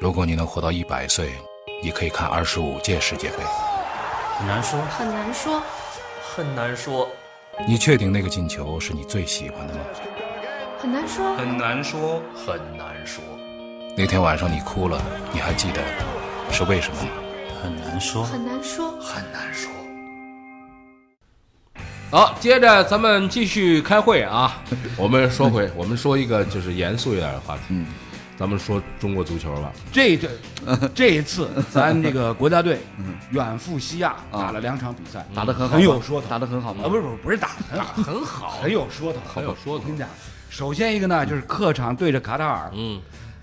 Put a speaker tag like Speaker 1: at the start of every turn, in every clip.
Speaker 1: 如果你能活到一百岁，你可以看二十五届世界杯。
Speaker 2: 很难说，
Speaker 3: 很难说，
Speaker 2: 很难说，
Speaker 1: 你确定那个进球是你最喜欢的吗？
Speaker 3: 很难说，
Speaker 2: 很难说，很难说，
Speaker 1: 那天晚上你哭了，你还记得是为什么吗？
Speaker 4: 很难说，
Speaker 3: 很难说。
Speaker 2: 很难说。
Speaker 5: 好，接着咱们继续开会啊。
Speaker 6: 我们说回，我们说一个就是严肃一点的话题。嗯，咱们说中国足球吧。
Speaker 7: 这 这这一次，咱这个国家队远赴西亚打了两场比赛，
Speaker 4: 嗯啊打得很好，
Speaker 7: 很有说头，
Speaker 4: 打得很好吗？
Speaker 7: 啊，不是不是不是打得很好，
Speaker 5: 很好，
Speaker 7: 很有说头，很
Speaker 5: 有说头
Speaker 7: 我跟你讲，首先一个呢，就是客场对着卡塔尔，
Speaker 5: 嗯，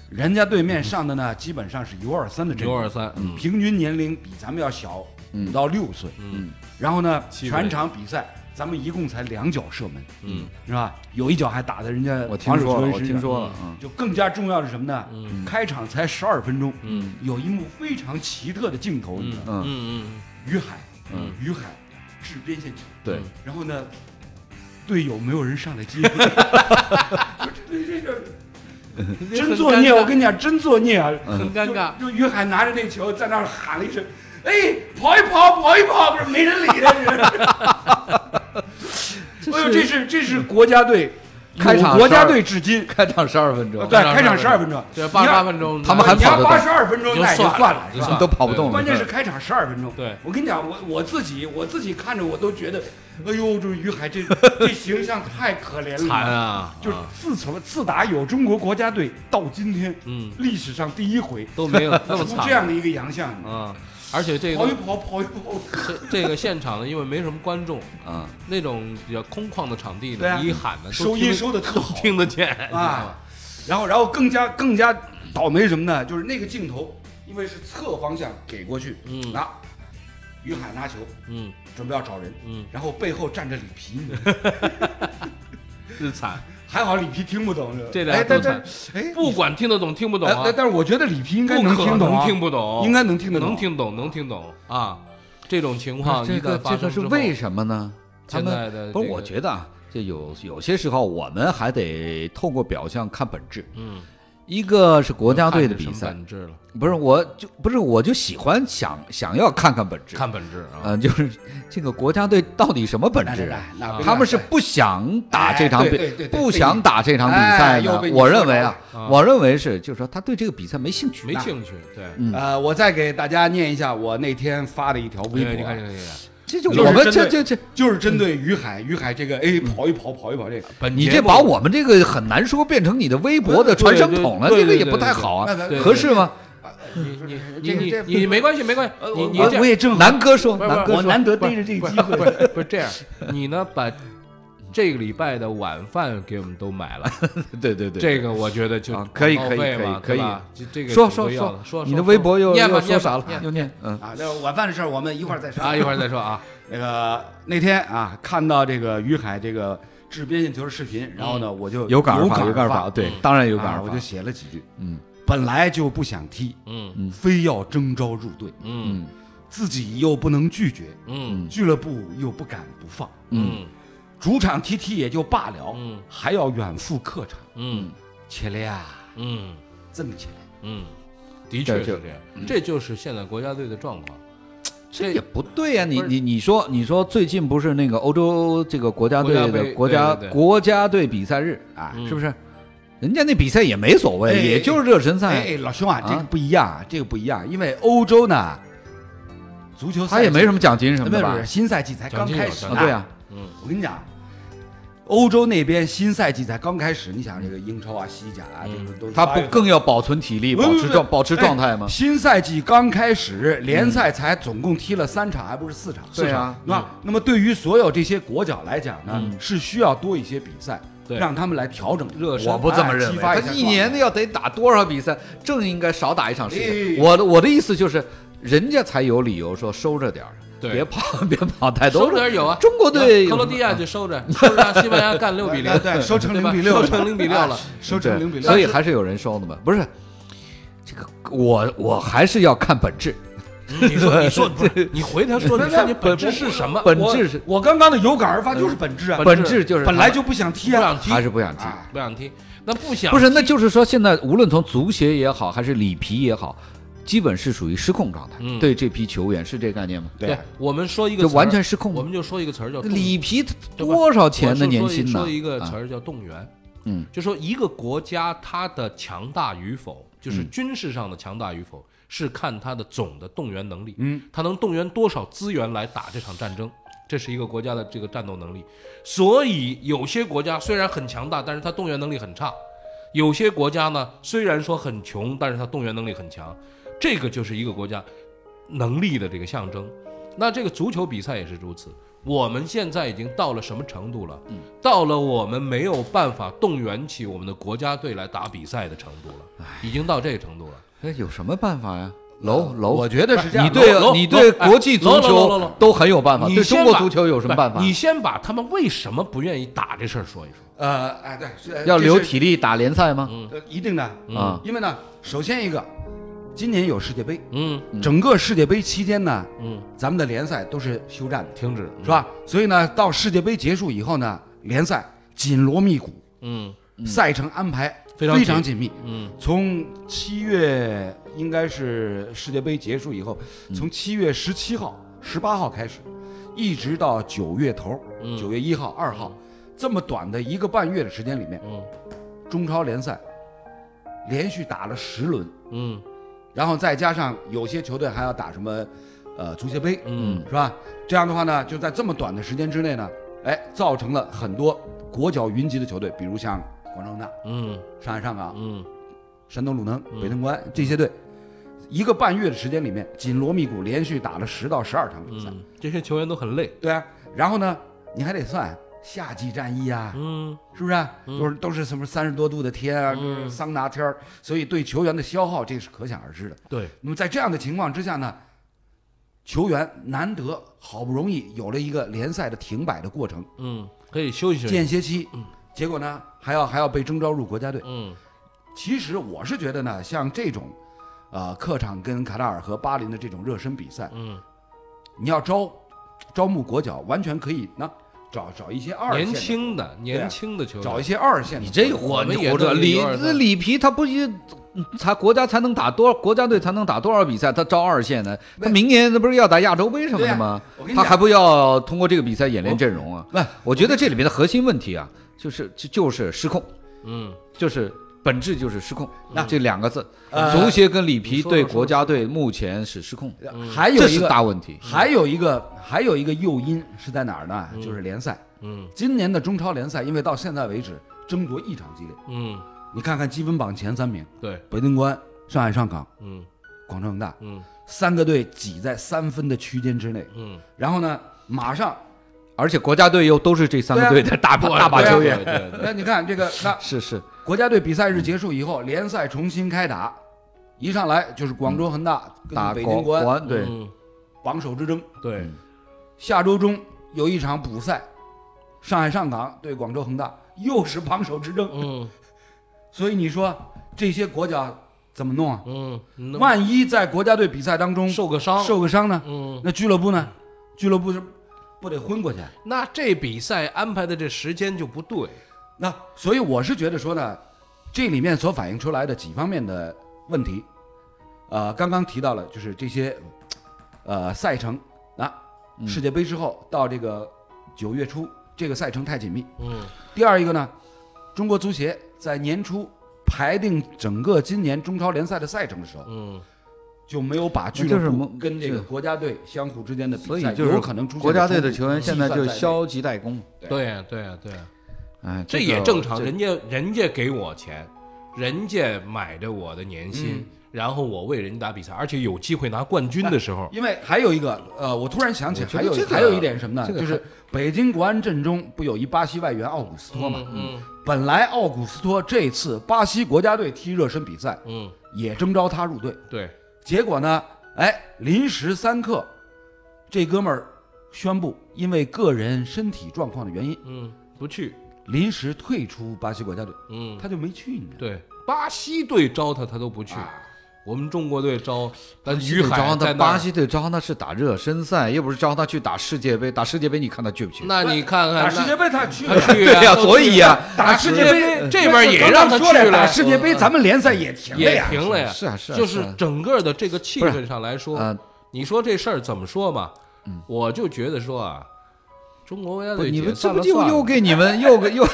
Speaker 7: 人家对面上的呢，基本上是 U 二三的阵
Speaker 6: 九
Speaker 7: 容
Speaker 6: 二，三，嗯，
Speaker 7: 平均年龄比咱们要小五到六岁，嗯，然后呢，
Speaker 6: 七岁
Speaker 7: 全场比赛咱们一共才两脚射门，
Speaker 5: 嗯，
Speaker 7: 是吧？有一脚还打在人家
Speaker 4: 我听
Speaker 7: 防守
Speaker 4: 说
Speaker 7: 球
Speaker 4: 了，
Speaker 7: 员
Speaker 4: 我
Speaker 7: 身
Speaker 4: 听
Speaker 7: 上。
Speaker 4: 说了，嗯，
Speaker 7: 就更加重要的是什么呢？开场才十二分钟，
Speaker 5: 嗯
Speaker 7: 有一幕非常奇特的镜头，你知道吗？
Speaker 5: 嗯嗯
Speaker 7: 于海，
Speaker 5: 嗯
Speaker 7: 于海掷边线球，
Speaker 6: 对，
Speaker 7: 然后呢，队友没有人上 来接，
Speaker 5: 嗯，
Speaker 7: 真作孽！
Speaker 5: 很尴尬
Speaker 7: 我跟你讲，真作孽啊！
Speaker 5: 很尴尬。
Speaker 7: 就于海拿着那球在那儿喊了一声：“哎，跑一跑，跑一跑！”不是没人理他， 是。哎呦，这是这是国家队，
Speaker 4: 开场
Speaker 7: 有国家
Speaker 4: 12
Speaker 7: 队至今
Speaker 4: 开场十嗯二分
Speaker 5: 呃
Speaker 4: 钟，
Speaker 7: 对开场十二分钟，
Speaker 6: 对，八十八分钟，
Speaker 4: 他们还
Speaker 7: 你要
Speaker 4: 跑得动
Speaker 7: 八十二分钟，那也就算了，是
Speaker 6: 就
Speaker 7: 吧？
Speaker 6: 算
Speaker 4: 都跑不动了。
Speaker 7: 关键是开场十二分钟，
Speaker 5: 对
Speaker 7: 我跟你讲，我我自己我自己看着我都觉得，哎呦，这于海这这形象太可怜了，
Speaker 5: 惨啊，
Speaker 7: 就是
Speaker 5: 啊
Speaker 7: 自从自打有中国国家队到今天，
Speaker 5: 嗯
Speaker 7: 历史上第一回
Speaker 5: 都没有 那么
Speaker 7: 出
Speaker 5: 惨
Speaker 7: 这样的一个洋相，
Speaker 5: 啊。而且这
Speaker 7: 跑一
Speaker 5: 个
Speaker 7: 跑跑一跑，
Speaker 5: 这这个现场呢，因为没什么观众，
Speaker 4: 啊，
Speaker 5: 那种比较空旷的场地
Speaker 7: 对
Speaker 5: 呢，
Speaker 7: 啊
Speaker 5: 你一喊呢，都
Speaker 7: 收
Speaker 5: 听
Speaker 7: 音
Speaker 5: 得
Speaker 7: 收的特好
Speaker 5: 听得见，
Speaker 7: 啊，然后然后更加更加倒霉什么呢？就是那个镜头，因为是侧方向给过去，
Speaker 5: 嗯
Speaker 7: 拿于海拿球
Speaker 5: 嗯
Speaker 7: 准备要找人，
Speaker 5: 嗯，
Speaker 7: 然后背后站着里皮，你知道吗
Speaker 5: 是惨。
Speaker 7: 还好李皮听不懂
Speaker 5: 这俩
Speaker 7: 哎，
Speaker 5: 都
Speaker 7: 但
Speaker 5: 惨
Speaker 7: 但哎，
Speaker 5: 不管听得懂听不懂
Speaker 7: 哎，
Speaker 5: 啊
Speaker 7: 但，但是我觉得李皮应该
Speaker 5: 不可
Speaker 7: 听懂啊，
Speaker 5: 能听不懂，
Speaker 7: 应该能听得懂，
Speaker 5: 能听懂，能听懂啊！这种情况
Speaker 4: 这
Speaker 5: 啊一
Speaker 4: 个
Speaker 5: 旦
Speaker 4: 这
Speaker 5: 发
Speaker 4: 个
Speaker 5: 生
Speaker 4: 是
Speaker 5: 之后，
Speaker 4: 为什么呢？他
Speaker 5: 现在
Speaker 4: 们
Speaker 5: 的
Speaker 4: 不是，
Speaker 5: 这个
Speaker 4: 我觉得啊，这有有些时候我们还得透过表象看本质。
Speaker 5: 嗯，
Speaker 4: 一个是国家队的比
Speaker 5: 看什么
Speaker 4: 赛，
Speaker 5: 本质了，
Speaker 4: 不是我就不是我就喜欢想想要看看本质，
Speaker 5: 看本质啊！
Speaker 4: 呃，就是这个国家队到底什么本质啊？
Speaker 7: 那那那
Speaker 4: 他们是不想打这场
Speaker 7: 哎对对
Speaker 4: 比
Speaker 7: 对，对
Speaker 4: 不想打这场比赛
Speaker 7: 哎又
Speaker 4: 的
Speaker 7: 被。你说
Speaker 4: 我认为啊
Speaker 5: 着了，
Speaker 4: 我认为是，就是说他对这个比赛没兴趣，
Speaker 5: 没兴趣，对，
Speaker 4: 嗯
Speaker 7: 呃，我再给大家念一下我那天发的一条微
Speaker 5: 哎你
Speaker 7: 博
Speaker 5: 看
Speaker 7: 啊，
Speaker 5: 这个，
Speaker 4: 这就
Speaker 7: 就是
Speaker 4: 我们
Speaker 7: 针
Speaker 4: 这
Speaker 7: 对
Speaker 4: 这这，
Speaker 7: 就是针对于海，于海这个哎跑一跑跑一跑这个，
Speaker 5: 本
Speaker 4: 你
Speaker 5: 节
Speaker 4: 这
Speaker 5: 目
Speaker 4: 把我们这个很难说变成你的微博的传声筒了，
Speaker 5: 对
Speaker 4: 这
Speaker 5: 对
Speaker 4: 个
Speaker 5: 对
Speaker 4: 也不太好啊
Speaker 7: 对对对，对
Speaker 4: 合适吗？
Speaker 5: 你你你
Speaker 7: 这个这个
Speaker 5: 你你没关系没关系，你你
Speaker 4: 呃我
Speaker 5: 这样
Speaker 4: 我也正南哥说，
Speaker 5: 不是不是
Speaker 4: 南哥
Speaker 5: 我
Speaker 4: 说，
Speaker 5: 不
Speaker 7: 得
Speaker 5: 是
Speaker 7: 这
Speaker 5: 不是不是不是这样，你呢把这个礼拜的晚饭给我们都买了，
Speaker 4: 对 对对，
Speaker 5: 这个我觉得就
Speaker 4: 啊可以
Speaker 5: 很
Speaker 4: 可以
Speaker 5: 浪费嘛
Speaker 4: 可以
Speaker 5: 对吧这这个
Speaker 4: 说
Speaker 5: 挺
Speaker 4: 说
Speaker 5: 重要的说，
Speaker 4: 说你的微博又
Speaker 5: 念吧
Speaker 4: 又说
Speaker 5: 念吧
Speaker 4: 啥了？
Speaker 5: 念
Speaker 4: 又念，嗯，
Speaker 7: 啊，那晚饭的事儿我们一会儿再说
Speaker 5: 啊，一会儿再说啊，
Speaker 7: 那个那天啊，看到这个于海这个掷边线球的视频，然后呢，我就
Speaker 4: 嗯有感而发，有
Speaker 7: 有
Speaker 4: 感而
Speaker 7: 发
Speaker 4: 发，，
Speaker 5: 嗯
Speaker 4: 对，当然有感
Speaker 7: 啊
Speaker 4: 而
Speaker 7: 我就
Speaker 4: 发，
Speaker 7: 写了几句，
Speaker 4: 嗯，
Speaker 7: 本来就不想踢，
Speaker 5: 嗯
Speaker 4: 嗯
Speaker 7: 非要征召入队，
Speaker 5: 嗯
Speaker 7: 自己又不能拒绝，
Speaker 5: 嗯
Speaker 7: 俱乐部又不敢不放，
Speaker 5: 嗯
Speaker 7: 主场踢踢也就罢了，
Speaker 5: 嗯
Speaker 7: 还要远赴客场，
Speaker 5: 嗯
Speaker 7: 起来呀，
Speaker 5: 嗯
Speaker 7: 这么起来，
Speaker 5: 嗯，的
Speaker 4: 这
Speaker 5: 确是
Speaker 4: 就嗯
Speaker 5: 这样，这就是现在国家队的状况，
Speaker 4: 这也不对呀、你你你说你说最近不是那个欧洲这个国家队
Speaker 5: 国家
Speaker 4: 的
Speaker 5: 杯
Speaker 4: 国家
Speaker 5: 对对对
Speaker 4: 国家队比赛日啊，
Speaker 5: 嗯
Speaker 4: 是不是？人家那比赛也没所谓，
Speaker 7: 哎
Speaker 4: 也就是热身
Speaker 7: 哎
Speaker 4: 赛，
Speaker 7: 哎，老兄啊，
Speaker 4: 啊
Speaker 7: 这个不一样，啊，这个不一样，因为欧洲呢，足球赛
Speaker 4: 他也没什么
Speaker 7: 么
Speaker 4: 奖金什么
Speaker 7: 没
Speaker 4: 的
Speaker 7: 有
Speaker 4: 吧
Speaker 7: 没有，？新赛季才刚开始
Speaker 5: 奖金有奖
Speaker 4: 啊，
Speaker 5: 金
Speaker 4: 对啊，
Speaker 5: 嗯
Speaker 7: 我跟你讲，欧洲那边新赛季才刚开始，你想这个英超啊、西甲啊，这
Speaker 5: 嗯
Speaker 7: 个都
Speaker 4: 他不更要保存体力，
Speaker 7: 不
Speaker 4: 保
Speaker 7: 不
Speaker 4: 持
Speaker 7: 不哎
Speaker 4: 状保持状态吗？
Speaker 7: 新赛季刚开始，联赛才总共踢了三场，还不是四场？
Speaker 4: 对啊
Speaker 7: 是吧，那那么对于所有这些国脚来讲呢，
Speaker 4: 嗯
Speaker 7: 是需要多一些比赛，
Speaker 5: 对
Speaker 7: 让他们来调整热
Speaker 4: 我不这么认为，他一年要得打多少比赛，正应该少打一场时间。
Speaker 7: 哎
Speaker 4: 我的我的意思就是，人家才有理由说收着点儿，
Speaker 5: 对
Speaker 4: 别跑 别跑太多。
Speaker 5: 收着点有啊，
Speaker 4: 中国队
Speaker 5: 克罗地亚就收
Speaker 4: 嗯
Speaker 5: 着，收着让西班牙干六比零，
Speaker 7: 哎 对 对收成
Speaker 5: 吧
Speaker 7: 0比6
Speaker 5: 收 成零比六了，
Speaker 7: 收
Speaker 4: 对
Speaker 7: 成零比六，哎
Speaker 4: 所以还是有人收的嘛。不是，这个我我还是要看本质。
Speaker 5: 你说，你说，不是你回头说，你说你本质是什么？
Speaker 4: 本
Speaker 5: 我
Speaker 4: 质是
Speaker 7: 我刚刚的有感而发就是本质啊，
Speaker 4: 本质就是
Speaker 7: 本来就不想踢
Speaker 5: 不
Speaker 7: 啊，
Speaker 5: 想踢，
Speaker 4: 还是不想踢。
Speaker 7: 啊
Speaker 5: 不想踢，那不想
Speaker 4: 不是，那就是说，现在无论从足协也好，还是里皮也好，基本是属于失控状态。
Speaker 5: 嗯
Speaker 4: 对这批球员是这概念吗？
Speaker 5: 对，我们说一个
Speaker 4: 就
Speaker 5: 词儿
Speaker 4: 完全失控
Speaker 5: 我们就说一个词儿叫动
Speaker 4: 里皮多少钱的年薪
Speaker 5: 我
Speaker 4: 呢？
Speaker 5: 说一个词
Speaker 4: 啊
Speaker 5: 儿叫动员，
Speaker 4: 嗯，
Speaker 5: 就说一个国家它的强大与否，就是
Speaker 4: 嗯
Speaker 5: 军事上的强大与否，是看它的总的动员能力，嗯，它能动员多少资源来打这场战争。这是一个国家的这个战斗能力，所以有些国家虽然很强大，但是它动员能力很差；有些国家呢，虽然说很穷，但是它动员能力很强。这个就是一个国家能力的这个象征。那这个足球比赛也是如此。我们现在已经到了什么程度了？
Speaker 4: 嗯
Speaker 5: 到了我们没有办法动员起我们的国家队来打比赛的程度了，已经到这个程度了。
Speaker 4: 那哎有什么办法呀？楼楼，
Speaker 7: 我觉得是这样
Speaker 4: 你
Speaker 7: 的。
Speaker 5: 楼楼
Speaker 4: 对你对
Speaker 5: 楼哎
Speaker 4: 国际足
Speaker 5: 楼楼楼楼
Speaker 4: 球都很有办法，
Speaker 5: 你
Speaker 4: 对
Speaker 5: 先
Speaker 4: 中国
Speaker 5: 把
Speaker 4: 足球有什么办法
Speaker 5: 不？你先把他们为什么不愿意打这事儿说一说。
Speaker 7: 呃，哎，对，是
Speaker 4: 要留，
Speaker 7: 这
Speaker 4: 体力打联赛
Speaker 5: 嗯
Speaker 4: 吗？
Speaker 7: 是呃一定的，
Speaker 4: 啊，
Speaker 7: 因为呢，首先一个，今年有世界杯，
Speaker 5: 嗯
Speaker 7: 整个世界杯期间呢，
Speaker 5: 嗯，
Speaker 7: 咱们的联赛都是休战的，
Speaker 5: 停止
Speaker 7: 是？吧？所以呢，到世界杯结束以后呢，联赛紧锣密鼓，
Speaker 5: 嗯
Speaker 7: 赛程安排
Speaker 5: 非常
Speaker 7: 非
Speaker 5: 紧
Speaker 7: 常紧密。
Speaker 5: 嗯
Speaker 7: 从七月应该是世界杯结束以后，
Speaker 5: 嗯
Speaker 7: 从七月十七号、十八号开始，一直到九月头，
Speaker 5: 嗯
Speaker 7: 九月一号、二号，这么短的一个半月的时间里面，
Speaker 5: 嗯
Speaker 7: 中超联赛连续打了十轮，
Speaker 5: 嗯
Speaker 7: 然后再加上有些球队还要打什么，呃，足协杯，
Speaker 5: 嗯，
Speaker 7: 是吧？这样的话呢，就在这么短的时间之内呢，哎，造成了很多国脚云集的球队，比如像广州恒大、
Speaker 5: 嗯
Speaker 7: 上海上港、啊
Speaker 5: 嗯
Speaker 7: 山东鲁能、北辰国安这些队，一个半月的时间里面，紧锣密鼓，连续打了十到十二场比赛。
Speaker 5: 嗯，这些球员都很累。
Speaker 7: 对啊，然后呢，你还得算夏季战役啊，
Speaker 5: 嗯
Speaker 7: 是不是啊？都是都是什么三十多度的天啊，都是桑拿天儿，所以对球员的消耗，这是可想而知的。
Speaker 5: 对，
Speaker 7: 那么在这样的情况之下呢，球员难得好不容易有了一个联赛的停摆的过程，
Speaker 5: 嗯，可以休息休息。
Speaker 7: 间歇期，
Speaker 4: 嗯
Speaker 7: 结果呢还要还要被征召入国家队。
Speaker 5: 嗯
Speaker 7: 其实我是觉得呢，像这种，呃，客场跟卡塔尔和巴林的这种热身比赛，
Speaker 5: 嗯，
Speaker 7: 你要招招募国脚，完全可以那找找一些二线的
Speaker 5: 年，轻的
Speaker 4: 啊
Speaker 5: 年轻的球员，
Speaker 7: 找一些二线的。
Speaker 4: 你这
Speaker 5: 我们也
Speaker 4: 胡扯
Speaker 5: 都是
Speaker 4: 里
Speaker 5: 一二三
Speaker 4: 里皮他不一才国家才能打多国家队才能打多少比赛？他招二线的，他明年那不是要打亚洲杯什么的吗
Speaker 7: 对啊我跟？你
Speaker 4: 他
Speaker 7: 讲
Speaker 4: 还不要通过这个比赛演练阵容啊？
Speaker 7: 不
Speaker 4: 我觉得这里面的核心问题啊，就是就就是失控，
Speaker 5: 嗯
Speaker 4: 就是本质就是失控
Speaker 7: 那，
Speaker 4: 这两个字。
Speaker 7: 呃
Speaker 4: 足协跟里皮
Speaker 5: 你说
Speaker 4: 对
Speaker 5: 说
Speaker 4: 国家队目前是失控的，
Speaker 7: 还有
Speaker 4: 这
Speaker 7: 一
Speaker 4: 是
Speaker 7: 个
Speaker 4: 大问题。
Speaker 7: 还有一个还有一个诱因是在哪儿呢？就是联赛。
Speaker 5: 嗯
Speaker 7: 今年的中超联赛，因为到现在为止争夺异常激烈，
Speaker 5: 嗯，
Speaker 7: 你看看积分榜前三名，
Speaker 5: 对，
Speaker 7: 北京国安、上海上港、
Speaker 5: 嗯
Speaker 7: 广州恒大
Speaker 5: 嗯
Speaker 7: 三个队挤在三分的区间之内，
Speaker 5: 嗯，
Speaker 7: 然后呢，马上
Speaker 4: 而且国家队又都是这三个
Speaker 7: 对
Speaker 4: 队
Speaker 7: 啊
Speaker 4: 的大把
Speaker 5: 对
Speaker 4: 大把
Speaker 7: 对啊
Speaker 4: 球员，
Speaker 5: 对对对，
Speaker 7: 那你看这个，那
Speaker 4: 是是，
Speaker 7: 国家队比赛日结束以后，联赛重新开打，一上来就是广州恒大
Speaker 4: 打
Speaker 7: 跟北
Speaker 4: 国
Speaker 7: 京国安
Speaker 4: 安对，
Speaker 5: 嗯
Speaker 7: 榜首之争。
Speaker 5: 对，
Speaker 7: 下周中有一场补赛，上海上港对广州恒大又是榜首之争。
Speaker 5: 嗯
Speaker 7: 所以你说这些国脚怎么弄啊？
Speaker 5: 嗯，那
Speaker 7: 万一在国家队比赛当
Speaker 4: 嗯
Speaker 7: 中
Speaker 5: 受个伤，
Speaker 7: 受个伤呢？
Speaker 5: 嗯，
Speaker 7: 那俱乐部呢？俱乐部是不得昏过去？啊
Speaker 5: 那这比赛安排的这时间就不对，
Speaker 7: 那所以我是觉得说呢，这里面所反映出来的几方面的问题，呃，刚刚提到了就是这些，呃，赛程啊，
Speaker 5: 嗯
Speaker 7: 世界杯之后到这个九月初，这个赛程太紧密。
Speaker 5: 嗯
Speaker 7: 第二一个呢，中国足协在年初排定整个今年中超联赛的赛程的时候，
Speaker 5: 嗯
Speaker 7: 就没有把俱
Speaker 4: 那就
Speaker 7: 乐
Speaker 4: 是
Speaker 7: 部
Speaker 4: 蒙
Speaker 7: 跟这个
Speaker 4: 是
Speaker 7: 国家队相互之间的比赛，
Speaker 4: 所以就是
Speaker 7: 有可能出现
Speaker 4: 国家队的
Speaker 7: 冲突
Speaker 4: 球员现在就
Speaker 7: 计算在内
Speaker 4: 消极怠工，
Speaker 5: 对呀对啊呀对呀，
Speaker 4: 哎，
Speaker 5: 这
Speaker 4: 个
Speaker 5: 也正常，人家人家给我钱，人家买着我的年薪，然后我为人家打比赛，而且有机会拿冠军的时候，
Speaker 7: 因为还有一个，呃，我突然想起
Speaker 4: 我觉得
Speaker 7: 还有、
Speaker 4: 这个
Speaker 7: 还有一点什么呢？
Speaker 4: 这个
Speaker 7: 就是北京国安阵中不有一巴西外援奥古斯托吗？
Speaker 5: 嗯
Speaker 7: 本来奥古斯托这次巴西国家队踢热身比赛
Speaker 5: 嗯，
Speaker 7: 也征召他入队，
Speaker 5: 对，
Speaker 7: 结果呢，哎，临时三刻，这哥们儿宣布因为个人身体状况的原因，
Speaker 5: 嗯，不去，
Speaker 7: 临时退出巴西国家队，
Speaker 5: 嗯，
Speaker 7: 他就没去，你知道吗？
Speaker 5: 啊对，巴西队招他他都不去，我们中国队招，但
Speaker 4: 西
Speaker 5: 于
Speaker 4: 队招
Speaker 5: 海在
Speaker 4: 他，
Speaker 5: 那
Speaker 4: 巴
Speaker 5: 儿，
Speaker 4: 西队招他是打热身赛，又不是招他去打世界杯。打世界杯，你看他去不去？
Speaker 5: 那你看看
Speaker 7: 打
Speaker 5: 那
Speaker 7: 世界杯他去
Speaker 5: 他去啊
Speaker 4: 对呀，
Speaker 5: 都
Speaker 4: 所以呀，
Speaker 7: 打世界杯
Speaker 5: 嗯这边也让他去了
Speaker 7: 刚才说打世界杯咱们联赛也停了
Speaker 5: 也
Speaker 7: 呀。
Speaker 5: 停了呀，
Speaker 4: 是啊是啊
Speaker 5: 就是
Speaker 4: 啊
Speaker 5: 是整个的这个气
Speaker 4: 不是
Speaker 5: 氛上来说，
Speaker 4: 呃，
Speaker 5: 你说这事儿怎么说嘛？
Speaker 4: 嗯
Speaker 5: 我就觉得说啊，中国国家
Speaker 4: 不
Speaker 5: 队
Speaker 4: 你们
Speaker 5: 解
Speaker 4: 这
Speaker 5: 散
Speaker 4: 不
Speaker 5: 了
Speaker 4: 就
Speaker 5: 算
Speaker 4: 又
Speaker 5: 了。
Speaker 4: 给你们又给又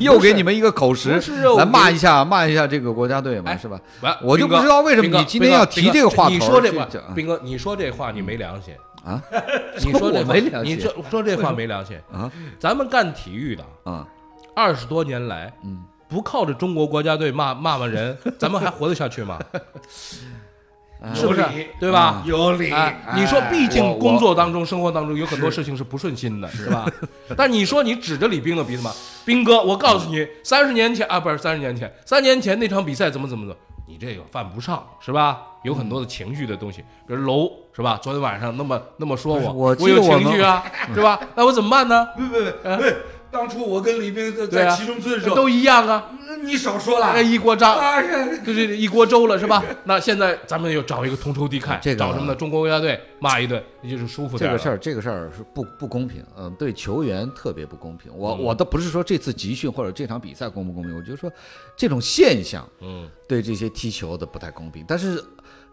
Speaker 4: 又给你们一个口实
Speaker 5: 不是肉
Speaker 4: 来
Speaker 5: 饼
Speaker 4: 骂一下骂一下这个国家队嘛，
Speaker 5: 哎
Speaker 4: 是吧？
Speaker 5: 完
Speaker 4: 我就
Speaker 5: 斌哥
Speaker 4: 不知道为什么
Speaker 5: 斌哥
Speaker 4: 你今天要提
Speaker 5: 斌哥
Speaker 4: 这个话头
Speaker 5: 你说这话
Speaker 4: 去讲，
Speaker 5: 斌哥，你说这话你没良心
Speaker 4: 啊！
Speaker 5: 你说这
Speaker 4: 我
Speaker 5: 话
Speaker 4: 没良
Speaker 5: 你
Speaker 4: 心
Speaker 5: 这说这话没良心
Speaker 4: 啊！
Speaker 5: 咱们干体育的
Speaker 4: 啊，
Speaker 5: 二十多年来，
Speaker 4: 嗯，
Speaker 5: 不靠着中国国家队骂骂骂 人，咱们还活得下去吗？是不是？对吧？
Speaker 7: 有理
Speaker 5: 哎，你说，毕竟工作当中、生活当中有很多事情是不顺心的，是吧？ 但你说你指着李冰的鼻子骂，冰哥，我告诉你，三十年前啊，不是三十年前，三年前那场比赛怎么怎么怎么，你这个犯不上，是吧？有很多的情绪的东西，比如楼，是吧？昨天晚上那么那么说我，
Speaker 4: 不是我记得
Speaker 5: 有
Speaker 4: 我
Speaker 5: 情绪啊，是吧？那我怎么办呢？
Speaker 7: 不不不，对，当初我跟李冰
Speaker 5: 对
Speaker 7: 在在
Speaker 5: 啊
Speaker 7: 祁中村的时候，
Speaker 5: 都一样啊，
Speaker 7: 你少说
Speaker 5: 那
Speaker 7: 了。
Speaker 5: 一锅粥，
Speaker 7: 啊是
Speaker 5: 就是一锅粥了，是吧？那现在咱们又找一个同仇敌忾，
Speaker 4: 这个
Speaker 5: 找什么呢？中国国家队骂一顿，那就是舒服
Speaker 4: 这
Speaker 5: 点
Speaker 4: 个
Speaker 5: 了。
Speaker 4: 事儿，这个事儿是不不公平，嗯，对球员特别不公平。我
Speaker 5: 嗯
Speaker 4: 我倒不是说这次集训或者这场比赛公不公平，我就说这种现象
Speaker 5: 嗯，
Speaker 4: 对这些踢球的不太公平。但是，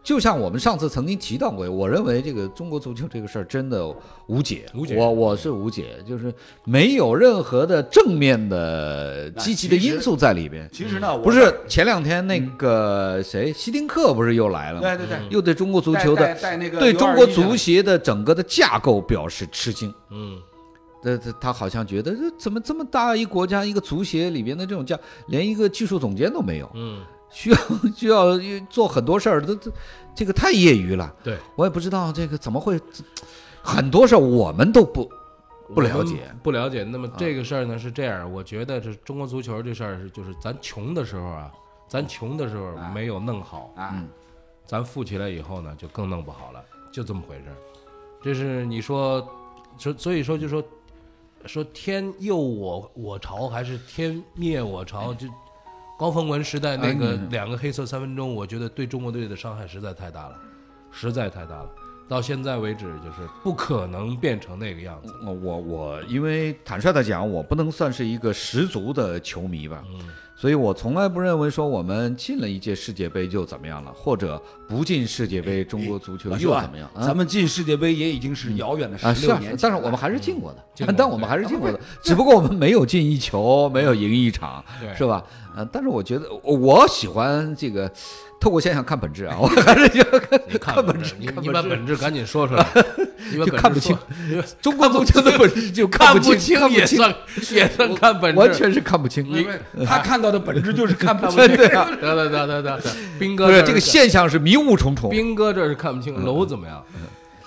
Speaker 4: 就像我们上次曾经提到过，我认为这个中国足球这个事儿真的无解，
Speaker 5: 无解嗯
Speaker 4: 我我是无解，就是没有任何的正面的积极的因素在里边。
Speaker 7: 其实呢，我
Speaker 4: 不是前两天那个谁，希丁克不是又来了吗？
Speaker 7: 对对对，
Speaker 4: 又对中国足球的
Speaker 7: 带带那个
Speaker 4: 对
Speaker 7: U21
Speaker 4: 中国
Speaker 7: 的
Speaker 4: 足协的整个的架构表示吃惊。
Speaker 5: 嗯，
Speaker 4: 呃，他他好像觉得这怎么这么大一国家一个足协里边的这种架，连一个技术总监都没有，
Speaker 5: 嗯，
Speaker 4: 需要需要做很多事儿，这这这个太业余了。
Speaker 5: 对，
Speaker 4: 我也不知道这个怎么会，很多事儿我们都不不
Speaker 5: 我
Speaker 4: 了
Speaker 5: 们
Speaker 4: 解，
Speaker 5: 嗯不了解。那么这个事儿呢是这样，我觉得这中国足球这事儿是就是咱穷的时候啊，咱穷的时候没有弄好，
Speaker 4: 嗯
Speaker 7: 啊，
Speaker 5: 咱富起来以后呢就更弄不好了，就这么回事儿。这是你说，所所以说就说说天佑我我朝还是天灭我朝？就高凤文时代那
Speaker 4: 哎
Speaker 5: 个两个黑色三分钟，我觉得对中国队的伤害实在太大了，实在太大了。到现在为止，就是不可能变成那个样子。
Speaker 4: 我呃我我，因为坦率的讲，我不能算是一个十足的球迷吧，所以我从来不认为说我们进了一届世界杯就怎么样了，或者不进世界杯中国足球
Speaker 7: 我
Speaker 4: 又
Speaker 7: 说啊
Speaker 4: 怎么样？啊
Speaker 7: 咱们进世界杯也已经是遥远的
Speaker 4: 啊，
Speaker 7: 十
Speaker 4: 是
Speaker 7: 六
Speaker 4: 啊，
Speaker 7: 年前了，
Speaker 4: 但是我们还是进过的，
Speaker 5: 进过
Speaker 4: 但我们还是进过的，只不过我们没有进一球，没有赢一场，
Speaker 5: 对
Speaker 4: 是吧？呃，但是我觉得我我喜欢这个，透过现象看本质啊，我还是就看
Speaker 5: 你看
Speaker 4: 看
Speaker 5: 本
Speaker 4: 本
Speaker 5: 质
Speaker 4: 质，，
Speaker 5: 你
Speaker 4: 看
Speaker 5: 你把
Speaker 4: 本
Speaker 5: 本
Speaker 4: 质，
Speaker 5: 质赶紧说 出来，你把本
Speaker 4: 就
Speaker 5: 质
Speaker 4: 看不清
Speaker 5: 说，
Speaker 4: 中国足球的本质就
Speaker 5: 看
Speaker 4: 不
Speaker 5: 清
Speaker 4: 看 不
Speaker 5: 也
Speaker 4: 清，
Speaker 5: 算也算看本质，
Speaker 4: 完全是看不清。
Speaker 7: 因为他看到的本质就是看 不清。
Speaker 4: 对啊，
Speaker 5: 得得得得得得，斌哥
Speaker 4: 不是
Speaker 5: 这
Speaker 4: 这个
Speaker 5: 现，
Speaker 4: 现象是迷雾重重。
Speaker 5: 斌哥这是看不清，楼怎么样？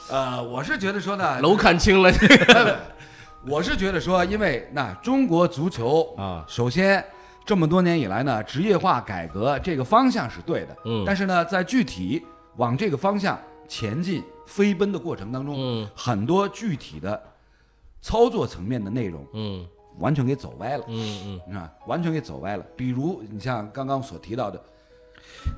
Speaker 7: 呃，我是觉得说呢，
Speaker 5: 楼看清了，
Speaker 7: 我是觉得说，因为那中国足球
Speaker 5: 啊
Speaker 7: 首先这么多年以来呢，职业化改革这个方向是对的，
Speaker 5: 嗯
Speaker 7: 但是呢，在具体往这个方向前进、飞奔的过程当中，
Speaker 5: 嗯
Speaker 7: 很多具体的操作层面的内容
Speaker 5: 嗯
Speaker 7: 完全给走歪了，
Speaker 5: 嗯嗯，
Speaker 7: 你看，完全给走歪了。比如你像刚刚所提到的。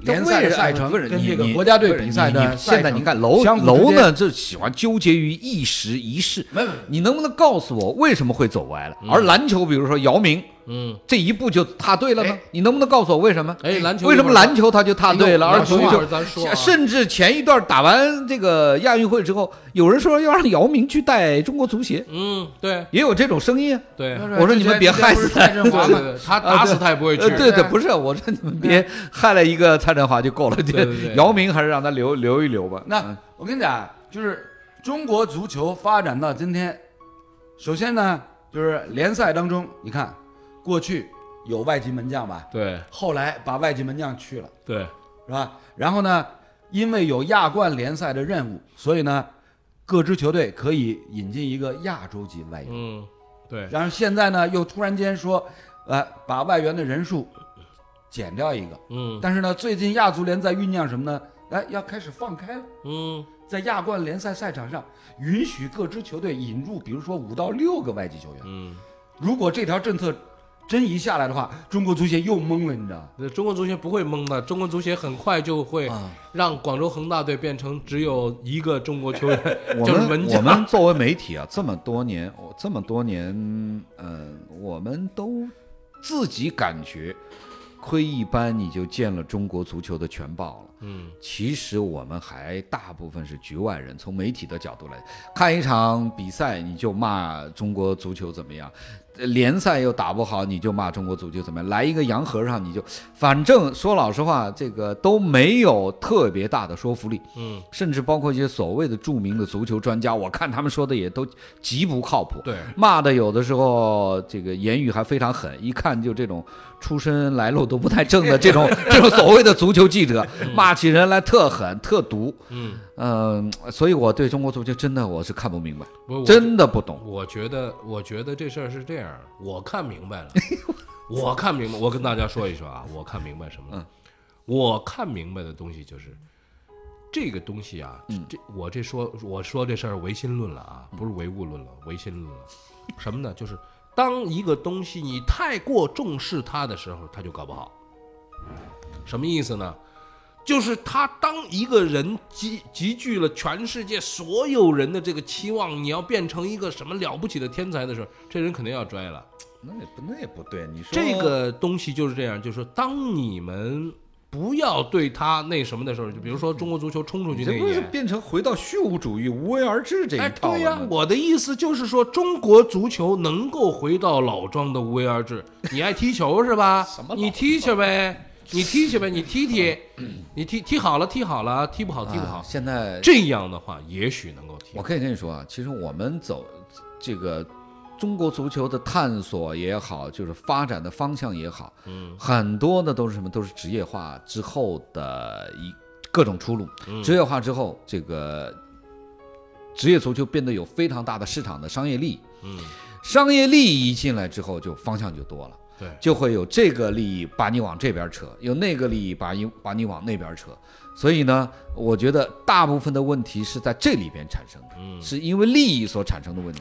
Speaker 4: 但
Speaker 7: 联
Speaker 4: 为
Speaker 7: 赛的
Speaker 4: 了
Speaker 7: 赛程
Speaker 4: 不是啊
Speaker 7: 跟
Speaker 4: 你
Speaker 7: 这个
Speaker 4: 你
Speaker 7: 国家
Speaker 4: 不
Speaker 7: 队
Speaker 4: 是
Speaker 7: 比
Speaker 4: 你
Speaker 7: 赛
Speaker 4: 你
Speaker 7: 的赛
Speaker 4: 现在
Speaker 7: 程
Speaker 4: 你看楼
Speaker 7: 相互之
Speaker 4: 楼
Speaker 7: 间
Speaker 4: 呢，就喜欢纠结于一时一事。你能不能告诉我为什么会走歪了？而篮球，比如说姚明，
Speaker 5: 嗯，
Speaker 4: 这一步就踏对了呢？你能不能告诉我为什么？
Speaker 5: 哎篮球
Speaker 4: 为什么
Speaker 5: 一会儿
Speaker 4: 篮球他就踏对了，
Speaker 5: 哎呦
Speaker 4: 而足
Speaker 5: 一会
Speaker 4: 球
Speaker 5: 儿咱说啊
Speaker 4: 甚至前一段打完这个亚运会之后，有人说要让姚明去带中国足协，
Speaker 5: 嗯，对
Speaker 4: 也有这种声音啊。
Speaker 5: 对对
Speaker 4: 我说你们别害死
Speaker 7: 蔡振华
Speaker 5: 对
Speaker 7: 吗？
Speaker 5: 对，他打死他也不会去
Speaker 4: 呃，，对对，不是，我说你们别害了一个蔡振华就够了，
Speaker 5: 对对对
Speaker 4: 姚明还是让他留留一留吧。嗯
Speaker 7: 那我跟你讲，就是中国足球发展到今天，首先呢，就是联赛当中，你看过去有外籍门将吧，
Speaker 5: 对
Speaker 7: 后来把外籍门将去了，
Speaker 5: 对，
Speaker 7: 是吧？然后呢，因为有亚冠联赛的任务，所以呢，各支球队可以引进一个亚洲籍外援。
Speaker 5: 嗯对，
Speaker 7: 然后现在呢，又突然间说，呃，把外援的人数减掉一个。
Speaker 5: 嗯
Speaker 7: 但是呢，最近亚足联在酝酿什么呢？哎，要开始放开了。
Speaker 5: 嗯
Speaker 7: 在亚冠联赛赛场上，允许各支球队引入，比如说五到六个外籍球员。
Speaker 5: 嗯
Speaker 7: 如果这条政策真一下来的话，中国足协又懵了，你知道吗？
Speaker 5: 呃中国足协不会懵的，中国足协很快就会让广州恒大队变成只有一个中国球员
Speaker 4: 我，
Speaker 5: 就是
Speaker 4: 们
Speaker 5: 门
Speaker 4: 我
Speaker 5: 将。
Speaker 4: 们作为媒体啊，这么多年，我这么多年，呃，我们都自己感觉窥一斑你就见了中国足球的全貌了。
Speaker 5: 嗯，
Speaker 4: 其实我们还大部分是局外人，从媒体的角度来看一场比赛，你就骂中国足球怎么样。呃联赛又打不好，你就骂中国足球怎么样？来一个洋和尚，你就反正说老实话，这个都没有特别大的说服力。
Speaker 5: 嗯，
Speaker 4: 甚至包括一些所谓的著名的足球专家，我看他们说的也都极不靠谱。
Speaker 5: 对，
Speaker 4: 骂的有的时候这个言语还非常狠，一看就这种出身来路都不太正的这 种这种所谓的足球记者，骂起人来特狠特毒。
Speaker 5: 嗯，
Speaker 4: 嗯、所以我对中国足球真的我是看不明白，
Speaker 5: 不，我
Speaker 4: 真的不懂。
Speaker 5: 我觉得，我觉得这事儿是这样，我看明白了，我看明白，我跟大家说一说啊，我看明白什么了？我看明白的东西就是这个东西啊，这这我这说我说这事儿唯心论了啊，不是唯物论了，唯心论了，什么呢？就是当一个东西你太过重视它的时候，它就搞不好。什么意思呢？就是他当一个人集集聚了全世界所有人的这个期望，你要变成一个什么了不起的天才的时候，这人肯定要拽了。
Speaker 4: 那也不那也不对，你说
Speaker 5: 这个东西就是这样，就是说当你们不要对他那什么的时候，就比如说中国足球冲出去
Speaker 4: 你
Speaker 5: 那
Speaker 4: 这
Speaker 5: 一
Speaker 4: 不是
Speaker 5: 年。
Speaker 4: 变成回到虚无主义无为而治这一
Speaker 5: 哎，
Speaker 4: 套了吗？
Speaker 5: 对呀、我的意思就是说，中国足球能够回到老庄的无为而治。你爱踢球是 吧？你踢去呗，你踢去呗，你踢踢，你踢踢好了，踢好了，踢不好，踢不好
Speaker 4: 啊，现在
Speaker 5: 这样的话，也许能够提
Speaker 4: 我可以跟你说啊，其实我们走这个中国足球的探索也好，就是发展的方向也好，嗯，很多的都是什么？都是职业化之后的一各种出路。职业化之后，这个职业足球变得有非常大的市场的商业利益。嗯，商业利益一进来之后，就方向就多了。
Speaker 5: 对
Speaker 4: 就会有这个利益把你往这边扯，有那个利益把你把你往那边扯。所以呢，我觉得大部分的问题是在这里边产生的，
Speaker 5: 嗯
Speaker 4: 是因为利益所产生的问题。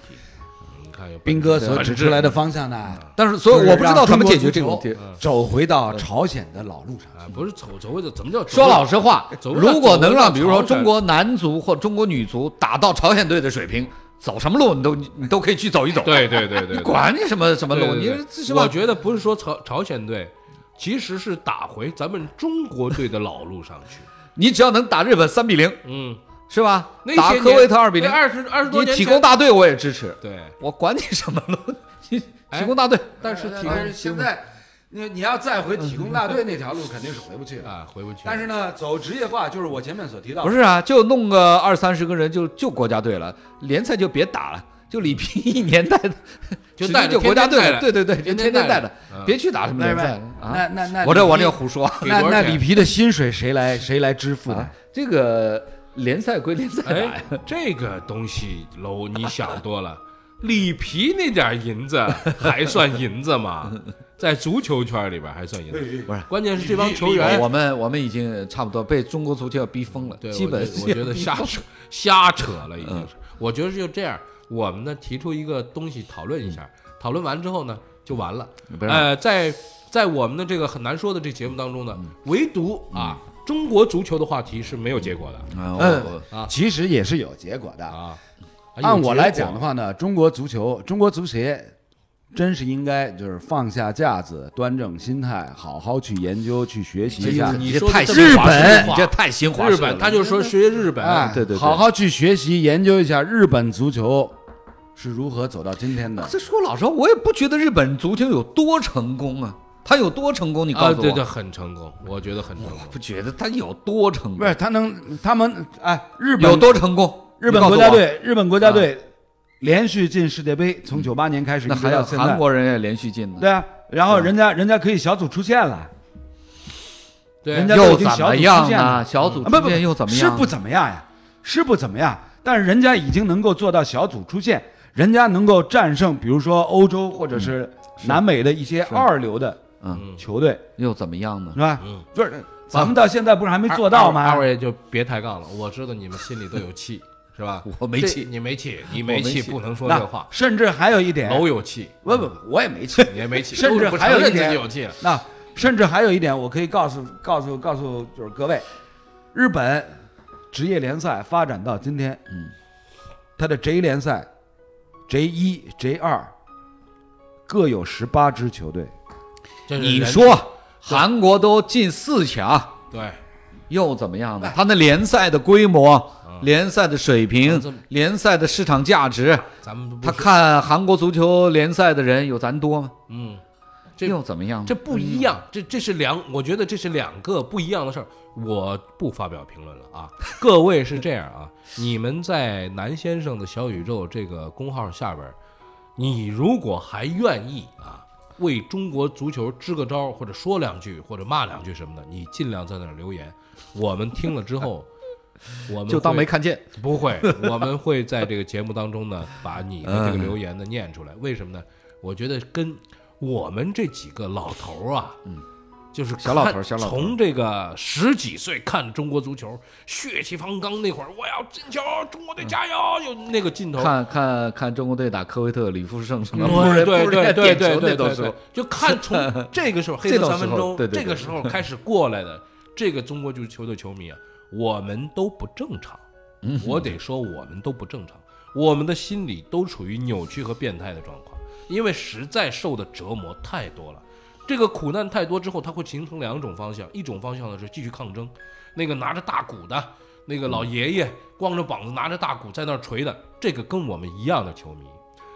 Speaker 5: 你看有
Speaker 7: 斌
Speaker 4: 嗯
Speaker 7: 哥所指出来的方向呢？
Speaker 4: 但是，所以我不知道他们解决这个
Speaker 7: 种
Speaker 4: 问题。
Speaker 7: 走回到朝鲜的老路上。
Speaker 4: 嗯
Speaker 5: 啊，不是走走的，怎么叫走
Speaker 4: 说老实话，
Speaker 5: 哎走不到
Speaker 4: 如果能让
Speaker 5: 走不到
Speaker 4: 比如说
Speaker 5: 朝鲜
Speaker 4: 中国男足或中国女足打到朝鲜队的水平，走什么路你都你都可以去走一走。
Speaker 5: 对对对对，
Speaker 4: 你管你什么什么
Speaker 5: 对
Speaker 4: 路，
Speaker 5: 对
Speaker 4: 你
Speaker 5: 对
Speaker 4: 是吧
Speaker 5: 我？觉得不是说朝朝鲜队，其实是打回咱们中国队的老路上 去。
Speaker 4: 你只要能打日本三比零，
Speaker 5: 嗯，
Speaker 4: 是吧
Speaker 5: 那？
Speaker 4: 打
Speaker 5: 些
Speaker 4: 科
Speaker 5: 年
Speaker 4: 威特二比
Speaker 5: 那
Speaker 4: 零，
Speaker 5: 二十二十多
Speaker 4: 你
Speaker 5: 年
Speaker 4: 体
Speaker 5: 前
Speaker 4: 工大队我也支持。
Speaker 5: 对，
Speaker 4: 我管你什么路，你
Speaker 5: 哎
Speaker 4: 体工大队。
Speaker 5: 但是体
Speaker 7: 但是
Speaker 5: 育
Speaker 7: 现在，你你要再回体工大队那条路，肯定是回不去了。
Speaker 5: 啊回不去了。
Speaker 7: 但是呢，走职业化嗯就是我前面所提到的，
Speaker 4: 不是啊，就弄个二三十个人就就国家队了，联赛就别打了，就里皮一年带的，
Speaker 5: 就
Speaker 4: 直
Speaker 5: 带
Speaker 4: 接
Speaker 5: 着
Speaker 4: 就国家队了，
Speaker 5: 天天带着
Speaker 4: 对对对，就
Speaker 5: 天天
Speaker 4: 天
Speaker 5: 带着
Speaker 4: 带的
Speaker 5: 嗯，
Speaker 4: 别去打什么
Speaker 7: 那
Speaker 4: 联
Speaker 7: 那
Speaker 4: 赛了啊。
Speaker 7: 那那那，
Speaker 4: 我这我
Speaker 7: 里
Speaker 4: 这
Speaker 7: 皮
Speaker 4: 胡说
Speaker 5: 给多少
Speaker 7: 那
Speaker 5: 钱
Speaker 7: 那里皮的薪水谁来谁来支付呢
Speaker 4: 啊？，这个联赛归联赛打呀
Speaker 5: 哎，，这个东西楼你想多了， 里皮那点银子还算银子吗？在足球圈里边还算银子，
Speaker 4: 不是
Speaker 5: 关键是这帮球员
Speaker 4: 我们我们已经差不多被中国足球要逼疯了
Speaker 5: 对，，
Speaker 4: 基本
Speaker 5: 我觉得我觉得瞎扯瞎扯了，已经
Speaker 4: 嗯
Speaker 5: 是。我觉得就这样，我们呢提出一个东西讨论一下，
Speaker 4: 嗯
Speaker 5: 讨论完之后呢就完了。呃，在在我们的这个很难说的这节目当中
Speaker 4: 嗯
Speaker 5: 呢，唯独啊中国足球的话题是没有结果的
Speaker 4: 嗯，
Speaker 7: 其实也是有结果的。
Speaker 5: 啊。
Speaker 7: 按我来讲的
Speaker 5: 话，
Speaker 7: 话呢，中国足球，中国足协。真是应该就是放下架子，端正心态，好好去研究、去学习
Speaker 4: 这
Speaker 7: 一下。
Speaker 5: 哎你
Speaker 4: 哎这
Speaker 5: 说的
Speaker 4: 太
Speaker 5: 这
Speaker 4: 新
Speaker 5: 么
Speaker 4: 华
Speaker 5: 华
Speaker 4: 社
Speaker 5: 丽
Speaker 4: 了
Speaker 5: 化
Speaker 4: 你这太新华
Speaker 5: 日
Speaker 4: 社
Speaker 5: 本
Speaker 4: 了
Speaker 5: 他就说学日本，
Speaker 7: 哎，
Speaker 4: 对对对
Speaker 7: 好好去学习研究一下日本足球是如何走到今天的。
Speaker 4: 这说老实话，我也不觉得日本足球有多成功啊，他有多成功？你告
Speaker 5: 啊，
Speaker 4: 诉我，
Speaker 5: 对对，很成功，我觉得很成功。
Speaker 4: 不觉得他有多成
Speaker 7: 不是
Speaker 4: 功？
Speaker 7: 他能，他们哎，日本
Speaker 4: 有多成功？
Speaker 7: 日本国家队，日本国家队连续进世界杯，从九八年开始
Speaker 4: 你
Speaker 7: 一
Speaker 4: 告诉我，
Speaker 7: 直到
Speaker 4: 啊那还有
Speaker 7: 现
Speaker 4: 韩
Speaker 7: 在。
Speaker 4: 国人也连续进呢，
Speaker 7: 对啊，然后人家人家可以小组出线了，
Speaker 5: 对
Speaker 7: 人家都
Speaker 4: 又
Speaker 7: 已经
Speaker 4: 怎
Speaker 7: 小
Speaker 4: 么
Speaker 7: 组出
Speaker 4: 样
Speaker 7: 线
Speaker 4: 啊？
Speaker 7: 了，
Speaker 4: 小组
Speaker 7: 啊不
Speaker 4: 出
Speaker 7: 不
Speaker 4: 线又怎么
Speaker 7: 是
Speaker 4: 样？
Speaker 7: 不怎么样呀，是不怎么样，但是人家已经能够做到小组出线，人家能够战胜，比如说欧洲或
Speaker 5: 嗯
Speaker 7: 者是南美的一些二流的
Speaker 4: 嗯
Speaker 7: 球队，
Speaker 4: 又怎么样呢
Speaker 7: 是？吧？
Speaker 5: 嗯
Speaker 7: 不是，咱们到现在不是还没做到
Speaker 5: 二
Speaker 7: 吗
Speaker 5: 二？位就别抬杠了，我知道你们心里都有气，是吧？
Speaker 4: 我没气
Speaker 5: 这你没气，你没
Speaker 4: 我没
Speaker 5: 气，
Speaker 4: 气
Speaker 5: 不能说
Speaker 7: 那
Speaker 5: 这话。
Speaker 7: 甚至还有一点，
Speaker 5: 楼有气，
Speaker 7: 不不，我也没气，
Speaker 5: 你也没气，
Speaker 7: 甚至
Speaker 5: 都不
Speaker 7: 还有
Speaker 5: 承认
Speaker 7: 一
Speaker 5: 自
Speaker 7: 点
Speaker 5: 己有气了。
Speaker 7: 那甚至还有一点，我可以告诉告诉告诉就是各位，日本职业联赛发展到今天，嗯，它的 J 联赛、J 一、J 二各有十八支球队，
Speaker 5: 这是
Speaker 4: 你
Speaker 5: 人
Speaker 4: 说啊韩国都进四强，
Speaker 5: 对，
Speaker 4: 又怎么样呢？他那联赛的规模、联赛的水平、联赛的市场价值，
Speaker 5: 咱们不
Speaker 4: 他
Speaker 5: 说
Speaker 4: 看韩国足球联赛的人有咱多吗？
Speaker 5: 嗯，这
Speaker 4: 又怎么样呢？
Speaker 5: 这不一样，这这是两，我觉得这是两个不一样的事儿。我不发表评论了啊，各位是这样啊，你们在南先生的小宇宙这个公号下边儿，你如果还愿意啊，为中国足球支个招儿，或者说两句，或者骂两句什么的，你尽量在那儿留言，我们听了之后，我们
Speaker 4: 就当
Speaker 5: 会
Speaker 4: 没看见。
Speaker 5: 不会， 我们会在这个节目当中呢，把你的这个留言呢念出来。为什么呢？我觉得跟我们这几个老头儿啊，嗯，就是
Speaker 4: 小老
Speaker 5: 看
Speaker 4: 头儿小老头儿
Speaker 5: 从这个十几岁看中国足球，血气方刚那会儿，我要进球，中国队加油，有那个劲头。
Speaker 4: 看看看中国队打科威特，李富盛什么扑
Speaker 5: 对
Speaker 4: 人
Speaker 5: 对
Speaker 4: 扑人
Speaker 5: 对
Speaker 4: 家
Speaker 5: 对
Speaker 4: 点
Speaker 5: 对
Speaker 4: 球
Speaker 5: 对
Speaker 4: 那
Speaker 5: 对
Speaker 4: 都
Speaker 5: 对
Speaker 4: 是，
Speaker 5: 就看 从这个时候黑
Speaker 4: 这
Speaker 5: 色
Speaker 4: 种
Speaker 5: 三
Speaker 4: 时
Speaker 5: 分
Speaker 4: 候
Speaker 5: 钟
Speaker 4: 对对
Speaker 5: 这个
Speaker 4: 对
Speaker 5: 时候开始过来的这个中国足球的球迷啊，我们都不正常，
Speaker 4: 嗯
Speaker 5: 我得说我们都不正常，我们的心理都处于扭曲和变态的状况，因为实在受的折磨太多了。这个苦难太多之后，它会形成两种方向，一种方向呢是继续抗争，那个拿着大鼓的，那个老
Speaker 4: 嗯
Speaker 5: 爷爷光着膀子拿着大鼓在那儿捶的，这个跟我们一样的球迷，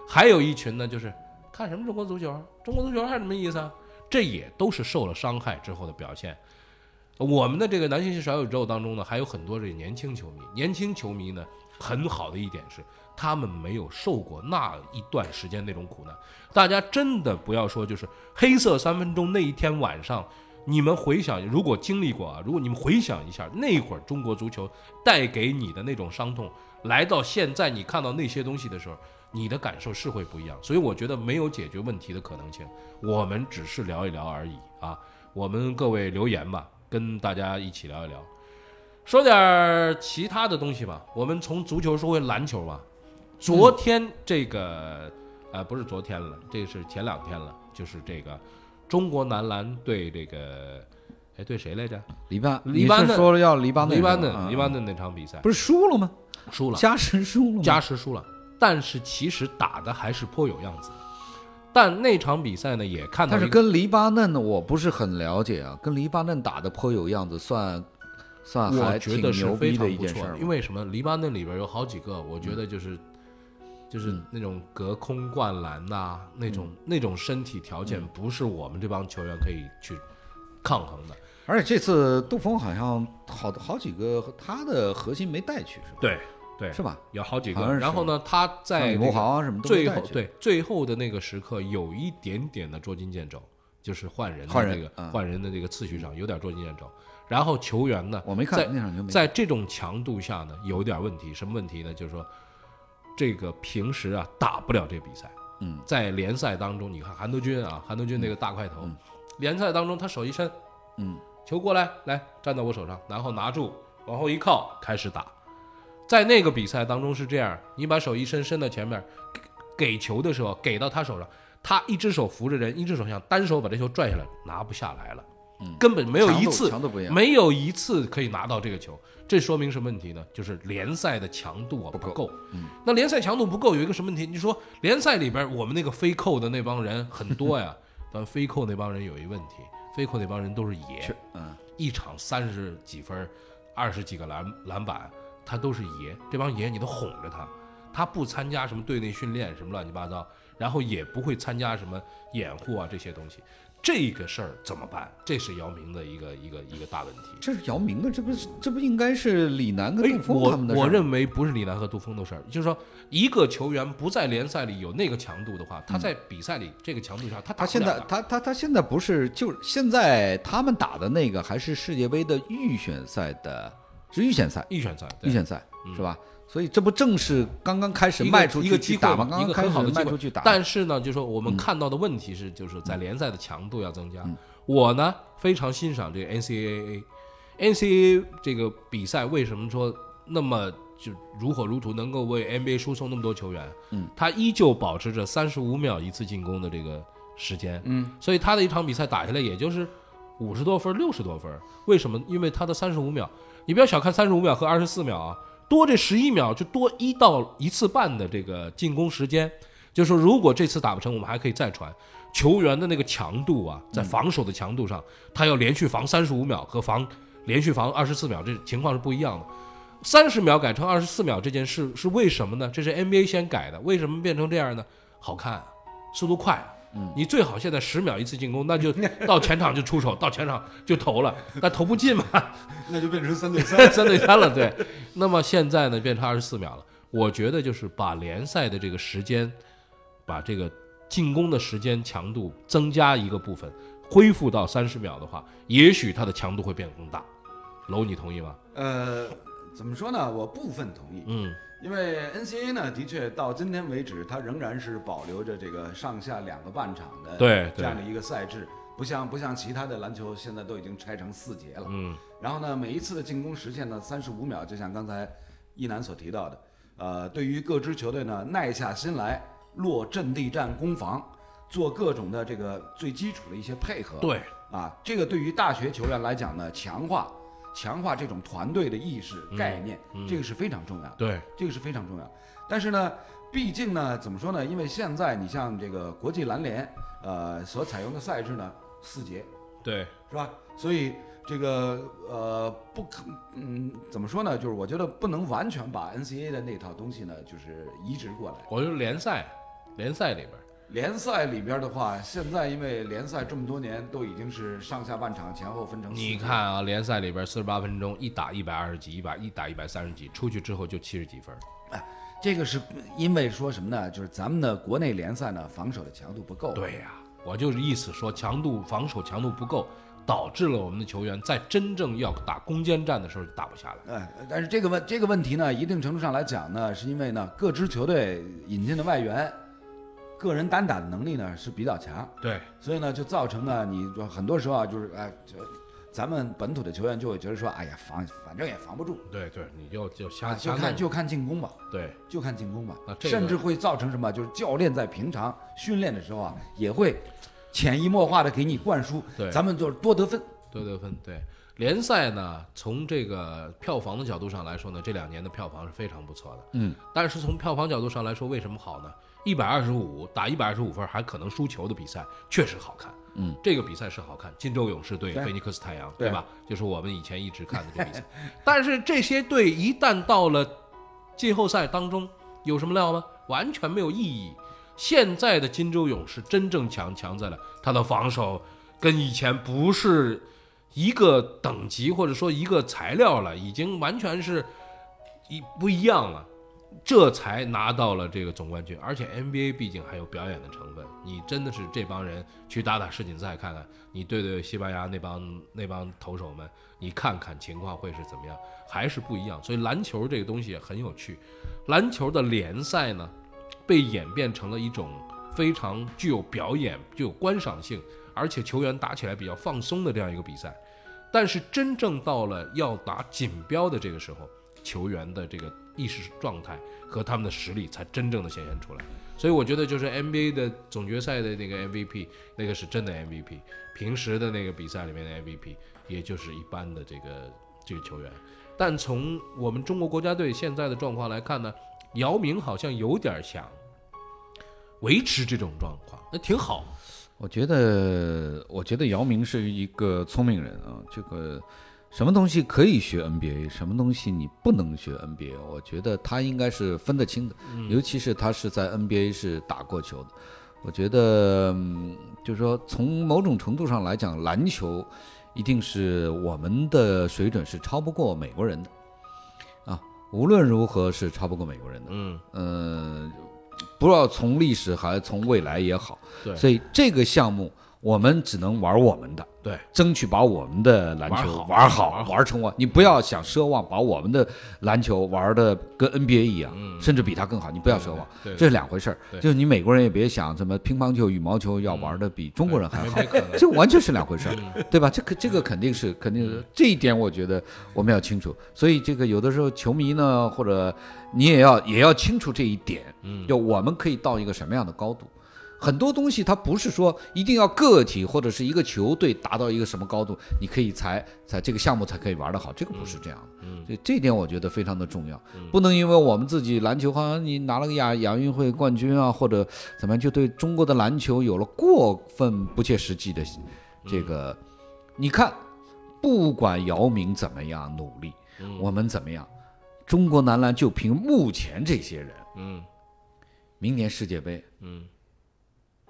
Speaker 5: 还有一群呢就是看什么中国足球，中国足球还有什么意思啊？这也都是受了伤害之后的表现。我们的这个男性小宇宙当中呢，还有很多这个年轻球迷。年轻球迷呢，很好的一点是，他们没有受过那一段时间那种苦难。大家真的不要说，就是黑色三分钟那一天晚上，你们回想，如果经历过啊，如果你们回想一下那会儿中国足球带给你的那种伤痛，来到现在你看到那些东西的时候，你的感受是会不一样。所以我觉得没有解决问题的可能性，我们只是聊一聊而已啊。我们各位留言吧，跟大家一起聊一聊，说点儿其他的东西吧。我们从足球说回篮球吧。昨天这个，呃，不是昨天了，这是前两天了，就是这个中国男篮对这个，哎，对谁来着？
Speaker 4: 黎巴
Speaker 5: 黎巴嫩
Speaker 4: 你是说了要黎巴嫩
Speaker 5: 黎
Speaker 4: 是
Speaker 5: 巴
Speaker 4: 吧，
Speaker 5: 嫩，黎巴
Speaker 4: 嗯
Speaker 5: 嫩那场比赛
Speaker 4: 不是输了吗？
Speaker 5: 输了，
Speaker 4: 加时输了吗，
Speaker 5: 加时输了，但是其实打的还是颇有样子的。但那场比赛呢，也看到
Speaker 4: 但是
Speaker 5: 一个
Speaker 4: 跟黎巴嫩呢，我不是很了解啊，跟黎巴嫩打的颇有样子，算算
Speaker 5: 我
Speaker 4: 啊还
Speaker 5: 觉
Speaker 4: 挺
Speaker 5: 得是
Speaker 4: 牛
Speaker 5: 非
Speaker 4: 逼
Speaker 5: 常
Speaker 4: 的一
Speaker 5: 不
Speaker 4: 件
Speaker 5: 错
Speaker 4: 事
Speaker 5: 的
Speaker 4: 儿。嗯
Speaker 5: 因为什么？黎巴嫩里边有好几个，我觉得就是、就是那种隔空灌篮呐、那种、
Speaker 4: 嗯
Speaker 5: 那种身体条件不是我们这帮球员可以去抗衡的。
Speaker 4: 而且这次杜锋好像好好几个他的核心没带去是吧？
Speaker 5: 对对
Speaker 4: 是吧？
Speaker 5: 有好几
Speaker 4: 好
Speaker 5: 个。
Speaker 4: 像是
Speaker 5: 然后呢，他
Speaker 4: 像
Speaker 5: 在
Speaker 4: 李
Speaker 5: 那
Speaker 4: 国
Speaker 5: 个
Speaker 4: 豪啊什么都没
Speaker 5: 最
Speaker 4: 带
Speaker 5: 后
Speaker 4: 去，
Speaker 5: 对最后的那个时刻有一点点的捉襟见肘，就是换人的
Speaker 4: 换人
Speaker 5: 这个
Speaker 4: 嗯
Speaker 5: 换人的这个次序上有点捉襟见肘。然后球员呢，
Speaker 4: 我没看
Speaker 5: 在
Speaker 4: 那场球没看
Speaker 5: 在这种强度下呢，有点问题。什么问题呢？就是说，这个平时啊打不了这比赛。
Speaker 4: 嗯，
Speaker 5: 在联赛当中，你看韩德君啊，韩德君那个大块头，联赛当中他手一伸，
Speaker 4: 嗯，
Speaker 5: 球过来，来站到我手上，然后拿住，往后一靠，开始打。在那个比赛当中是这样，你把手一伸，伸到前面，给给球的时候给到他手上，他一只手扶着人，一只手想单手把这球拽下来，拿不下来了，根本没有一次
Speaker 4: 嗯强度强度不一样
Speaker 5: 没有一次可以拿到这个球。这说明什么问题呢？就是联赛的强度啊不够。
Speaker 4: 嗯
Speaker 5: 那联赛强度不够有一个什么问题？你说联赛里边我们那个飞扣的那帮人很多 呀，但飞扣那帮人有一问题，飞扣那帮人都是野，
Speaker 4: 嗯，
Speaker 5: 一场三十几分儿，二十几个篮篮板，他都是爷。这帮爷你都哄着他，他不参加什么队内训练什么乱七八糟，然后也不会参加什么掩护啊这些东西。这个事儿怎么办？这是姚明的一个一个一个大问题。
Speaker 4: 这是姚明的，这不是这不应该是李楠跟
Speaker 5: 哎
Speaker 4: 杜，锋
Speaker 5: 我
Speaker 4: 他嗯们的事儿
Speaker 5: 我
Speaker 4: 吗
Speaker 5: 认为不是李楠和杜锋的事儿，就是说一个球员不在联赛里有那个强度的话，他在比赛里这个强度下，他打
Speaker 4: 他
Speaker 5: 不
Speaker 4: 现
Speaker 5: 了
Speaker 4: 在
Speaker 5: 的
Speaker 4: 他他他现在不是就是现在他们打的那个还是世界杯的预选赛的，是预选赛，
Speaker 5: 预选赛，对嗯
Speaker 4: 预选赛是吧？所以这不正是刚刚开始迈出
Speaker 5: 一
Speaker 4: 去
Speaker 5: 个
Speaker 4: 去
Speaker 5: 机
Speaker 4: 打
Speaker 5: 会
Speaker 4: 吗？
Speaker 5: 嘛，
Speaker 4: 刚
Speaker 5: 一
Speaker 4: 刚
Speaker 5: 个
Speaker 4: 开
Speaker 5: 很好
Speaker 4: 始
Speaker 5: 的机
Speaker 4: 迈
Speaker 5: 会
Speaker 4: 出去打，
Speaker 5: 但是呢，就是说我们看到的问题是，就是在联赛的强度要增加。我呢非常欣赏这个 NCAA，NCAA 这个比赛为什么说那么就如火如荼，能够为 NBA 输送那么多球员，嗯，他依旧保持着三十五秒一次进攻的这个时间，嗯，所以他的一场比赛打下来也就是五十多分、六十多分。为什么？因为他的三十五秒，你不要小看三十五秒和二十四秒啊，多这十一秒就多一到一次半的这个进攻时间。就是说，如果这次打不成，我们还可以再传。球员的那个强度啊，在防守的强度上，他要连续防三十五秒和防连续防二十四秒，这情况是不一样的。三十秒改成二十四秒这件事是为什么呢？这是 NBA 先改的，为什么变成这样呢？好看，速度快。啊
Speaker 7: 嗯
Speaker 5: 你最好现在十秒一次进攻，那 就到前场就出手，到前场就投了，那投不进嘛，
Speaker 7: 那就变成三对 三。
Speaker 5: 三对三了，对。那么现在呢，变成二十四秒了。我觉得就是把联赛的这个时间，把这个进攻的时间强度增加一个部分，恢复到三十秒的话，也许它的强度会变得更大。楼，你同意吗？
Speaker 7: 呃，怎么说呢？我部分同意，
Speaker 5: 嗯，
Speaker 7: 因为 NCAA 呢，的确到今天为止，它仍然是保留着这个上下两个半场的
Speaker 5: 对
Speaker 7: 这样的
Speaker 5: 对
Speaker 7: 一个赛制，不像不像其他的篮球现在都已经拆成四节了，
Speaker 5: 嗯，
Speaker 7: 然后呢，每一次的进攻时限呢三十五秒，就像刚才一楠所提到的，呃，对于各支球队呢，耐下心来，落阵地战攻防，做各种的这个最基础的一些配合，
Speaker 5: 对，
Speaker 7: 啊，这个对于大学球员来讲呢，强化强化这种团队的意识
Speaker 5: 嗯
Speaker 7: 概念，这个是非常重要的。
Speaker 5: 对，
Speaker 7: 这个是非常重要。但是呢，毕竟呢，怎么说呢？因为现在你像这个国际篮联，呃，所采用的赛制呢，四节
Speaker 5: 对，
Speaker 7: 是吧？所以这个呃，不可，嗯，怎么说呢？就是我觉得不能完全把 NCAA 的那套东西呢，就是移植过来。
Speaker 5: 我就联赛，联赛里边，
Speaker 7: 联赛里边的话，现在因为联赛这么多年都已经是上下半场前后分成四节，
Speaker 5: 你看啊，联赛里边四十八分钟，一打一百二十几，一把一打一百三十几，出去之后就七十几分。
Speaker 7: 这个是因为说什么呢？就是咱们的国内联赛呢，防守的强度不够。
Speaker 5: 对呀、我就是意思说，强度防守强度不够，导致了我们的球员在真正要打攻坚战的时候就打不下来。
Speaker 7: 呃，但是这个问这个问题呢，一定程度上来讲呢，是因为呢，各支球队引进的外援，个人单打的能力呢是比较强，
Speaker 5: 对，
Speaker 7: 所以呢，就造成了你就很多时候啊，就是哎，就咱们本土的球员就会觉得说，哎呀，防反正也防不住，
Speaker 5: 对对，你就就瞎
Speaker 7: 啊，就
Speaker 5: 瞎
Speaker 7: 看
Speaker 5: 弄。
Speaker 7: 就看进攻吧，
Speaker 5: 对，
Speaker 7: 就看进攻吧，
Speaker 5: 啊这个
Speaker 7: 甚至会造成什么？就是教练在平常训练的时候啊，也会潜移默化的给你灌输，
Speaker 5: 对
Speaker 7: 咱们就是多得分，
Speaker 5: 对对分对。联赛呢，从这个票房的角度上来说呢，这两年的票房是非常不错的。嗯，但是从票房角度上来说，为什么好呢？一百二十五打一百二十五分还可能输球的比赛，确实好看。嗯，这个比赛是好看，金州勇士对菲尼克斯太阳，对吧？就是我们以前一直看的这 比赛。但是这些队一旦到了季后赛当中，有什么料吗？完全没有意义。现在的金州勇士真正强，强在了他的防守跟以前不是一个等级或者说一个材料了，已经完全是一不一样了，这才拿到了这个总冠军。而且 NBA 毕竟还有表演的成分，你真的是这帮人去打打世锦赛看看，你对对西班牙那帮那帮投手们，你看看情况会是怎么样，还是不一样。所以篮球这个东西很有趣，篮球的联赛呢，被演变成了一种非常具有表演、具有观赏性，而且球员打起来比较放松的这样一个比赛。但是真正到了要打锦标的这个时候，球员的这个意识状态和他们的实力才真正的显现出来。所以我觉得，就是 NBA 的总决赛的那个 MVP，那个是真的 MVP，平时的那个比赛里面的 MVP，也就是一般的这个这个球员。但从我们中国国家队现在的状况来看呢，姚明好像有点想维持这种状况，那挺好。
Speaker 4: 我觉得，我觉得姚明是一个聪明人啊。这个什么东西可以学 NBA，什么东西你不能学 NBA，我觉得他应该是分得清的。尤其是他是在 NBA 是打过球的，我觉得，嗯就是说从某种程度上来讲，篮球一定是我们的水准是超不过美国人的啊，无论如何是超不过美国人的。
Speaker 5: 嗯，
Speaker 4: 呃，不知道从历史还是从未来也好，
Speaker 5: 对
Speaker 4: 所以这个项目我们只能玩我们的，
Speaker 5: 对，
Speaker 4: 争取把我们的篮球
Speaker 5: 玩好
Speaker 4: 玩好玩成我。你不要想奢望把我们的篮球玩的跟 NBA 一样，甚至比它更好，你不要奢望，
Speaker 5: 嗯对对对
Speaker 4: 这是两回事儿
Speaker 5: 对。
Speaker 4: 就是你美国人也别想什么乒乓球、羽毛球要玩的比中国人还好
Speaker 5: 嗯没没可能，
Speaker 4: 这完全是两回事儿，对吧？这个这个肯定是肯定是这一点，我觉得我们要清楚。所以这个有的时候球迷呢，或者你也要也要清楚这一点，嗯，就我们可以到一个什么样的高度。很多东西它不是说一定要个体或者是一个球队达到一个什么高度，你可以才才这个项目才可以玩得好，这个不是这样的。这这一点我觉得非常的重要，不能因为我们自己篮球好像你拿了个亚亚运会冠军啊，或者怎么样，就对中国的篮球有了过分不切实际的这个。你看，不管姚明怎么样努力，
Speaker 5: 嗯
Speaker 4: 我们怎么样，中国男篮就凭目前这些人，
Speaker 5: 嗯
Speaker 4: 明年世界杯
Speaker 5: 嗯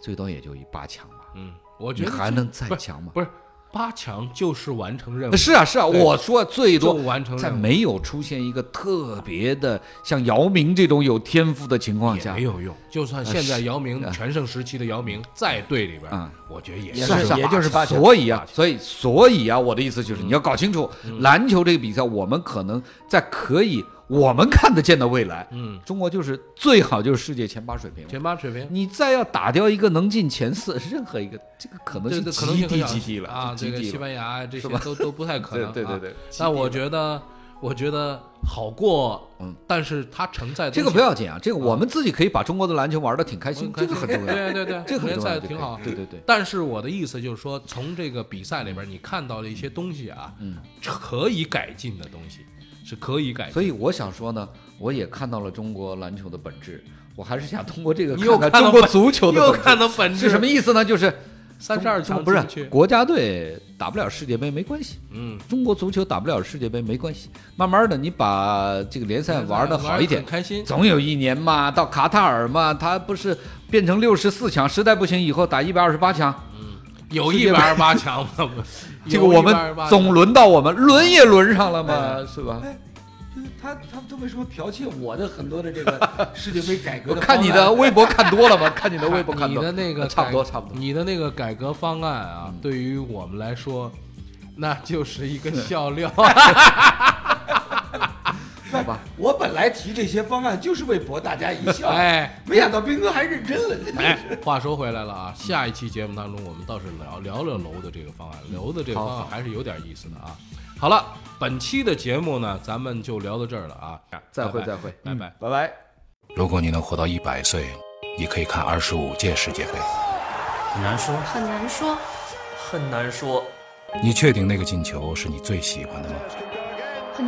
Speaker 4: 最多也就一八强吧。
Speaker 5: 嗯，我觉
Speaker 4: 你
Speaker 5: 得
Speaker 4: 还
Speaker 5: 这
Speaker 4: 能再强吗？
Speaker 5: 不是八强就是完成任务，
Speaker 4: 是啊是啊，
Speaker 5: 对
Speaker 4: 我说最
Speaker 5: 就
Speaker 4: 多
Speaker 5: 完成
Speaker 4: 在
Speaker 5: 任务，
Speaker 4: 没有出现一个特别的像姚明这种有天赋的情况
Speaker 5: 也
Speaker 4: 下
Speaker 5: 没，有用。就算现
Speaker 4: 呃
Speaker 5: 在姚明全盛时期的姚明在队里边
Speaker 4: 啊，
Speaker 5: 我觉得也
Speaker 7: 也
Speaker 4: 是
Speaker 7: 是
Speaker 4: 是
Speaker 7: 也就是八强
Speaker 4: 所以啊，所以所以啊，我的意思就是你要搞清楚
Speaker 5: 嗯
Speaker 4: 篮球这个比赛，我们可能在可以我们看得见的未来，
Speaker 5: 嗯，
Speaker 4: 中国就是最好就是世界前八水平。
Speaker 5: 前八水平。
Speaker 4: 你再要打掉一个能进前四，任何一个这个可能
Speaker 5: 这
Speaker 4: 性
Speaker 5: 个可能
Speaker 4: 极
Speaker 5: 性很
Speaker 4: 低
Speaker 5: 小
Speaker 4: 极低了
Speaker 5: 啊，
Speaker 4: 极
Speaker 5: 这个
Speaker 4: 低
Speaker 5: 西
Speaker 4: 了。
Speaker 5: 班牙这些都都不太可能。
Speaker 4: 对对
Speaker 5: 啊
Speaker 4: 对对
Speaker 5: 但我觉得，我觉得好过，
Speaker 4: 嗯，
Speaker 5: 但是它承载的
Speaker 4: 这个
Speaker 5: 东西
Speaker 4: 不要紧啊，这个
Speaker 5: 嗯
Speaker 4: 我们自己可以把中国的篮球玩的挺开心，这个很重要。
Speaker 5: 对对对，
Speaker 4: 这个很
Speaker 5: 联
Speaker 4: 重
Speaker 5: 赛
Speaker 4: 要这个
Speaker 5: 挺好。嗯
Speaker 4: 对对对。
Speaker 5: 但是我的意思就是说，从这个比赛里边，你看到了一些东西啊，
Speaker 4: 嗯，
Speaker 5: 可以改进的东西是可以改进。
Speaker 4: 所以我想说呢，我也看到了中国篮球的本质，我还是想通过这个
Speaker 5: 你又
Speaker 4: 看
Speaker 5: 看
Speaker 4: 中
Speaker 5: 到
Speaker 4: 国
Speaker 5: 本
Speaker 4: 足球的
Speaker 5: 又
Speaker 4: 本质
Speaker 5: 看到本质
Speaker 4: 是什么？意思呢？就是
Speaker 5: 三十二强
Speaker 4: 不
Speaker 5: 进
Speaker 4: 是
Speaker 5: 去
Speaker 4: 国家队打不了世界杯没关系，
Speaker 5: 嗯，
Speaker 4: 中国足球打不了世界杯没关系，慢慢的你把这个联赛玩的好一点
Speaker 5: 很。开心。
Speaker 4: 总有一年嘛，到卡塔尔嘛，他不是变成六十四强，实在不行以后打一百二十八强，
Speaker 5: 有
Speaker 4: 世
Speaker 5: 一
Speaker 4: 界杯
Speaker 5: 百二十八强吗？
Speaker 4: 这个我们
Speaker 5: 128
Speaker 4: 总轮到我们，
Speaker 5: 啊
Speaker 4: 轮也轮上了
Speaker 5: 哎
Speaker 4: 嘛，是吧？
Speaker 8: 就是他他们都为什么剽窃我的很多的这 个世界杯改革
Speaker 4: 我
Speaker 8: 的方案？
Speaker 4: 看你的微博看多了吧，看你的微博 看
Speaker 5: 你
Speaker 4: 多
Speaker 5: 的
Speaker 4: 了，
Speaker 5: 那个
Speaker 4: 差不多
Speaker 5: 改
Speaker 4: 差不多嗯
Speaker 5: 你的那个改革方案啊，对于我们来说，那就是一个笑 料。
Speaker 4: 好吧？
Speaker 8: 哎我本来提这些方案就是为博大家一笑，
Speaker 5: 哎
Speaker 8: 没想到斌哥还认真了。真的
Speaker 5: 哎，话说回来了啊，下一期节目当中，我们倒是聊聊聊楼的这个方案，楼的这个方案还是有点意思的啊。好了，本期的节目呢，咱们就聊到这儿了啊，
Speaker 4: 再会
Speaker 5: 拜拜
Speaker 4: 再会，嗯
Speaker 5: 拜拜。
Speaker 8: 拜拜。
Speaker 1: 如果你能活到一百岁，你可以看二十五届世界杯。
Speaker 2: 很难说，
Speaker 3: 很难说，
Speaker 2: 很难说，
Speaker 1: 你确定那个进球是你最喜欢的吗？
Speaker 3: 很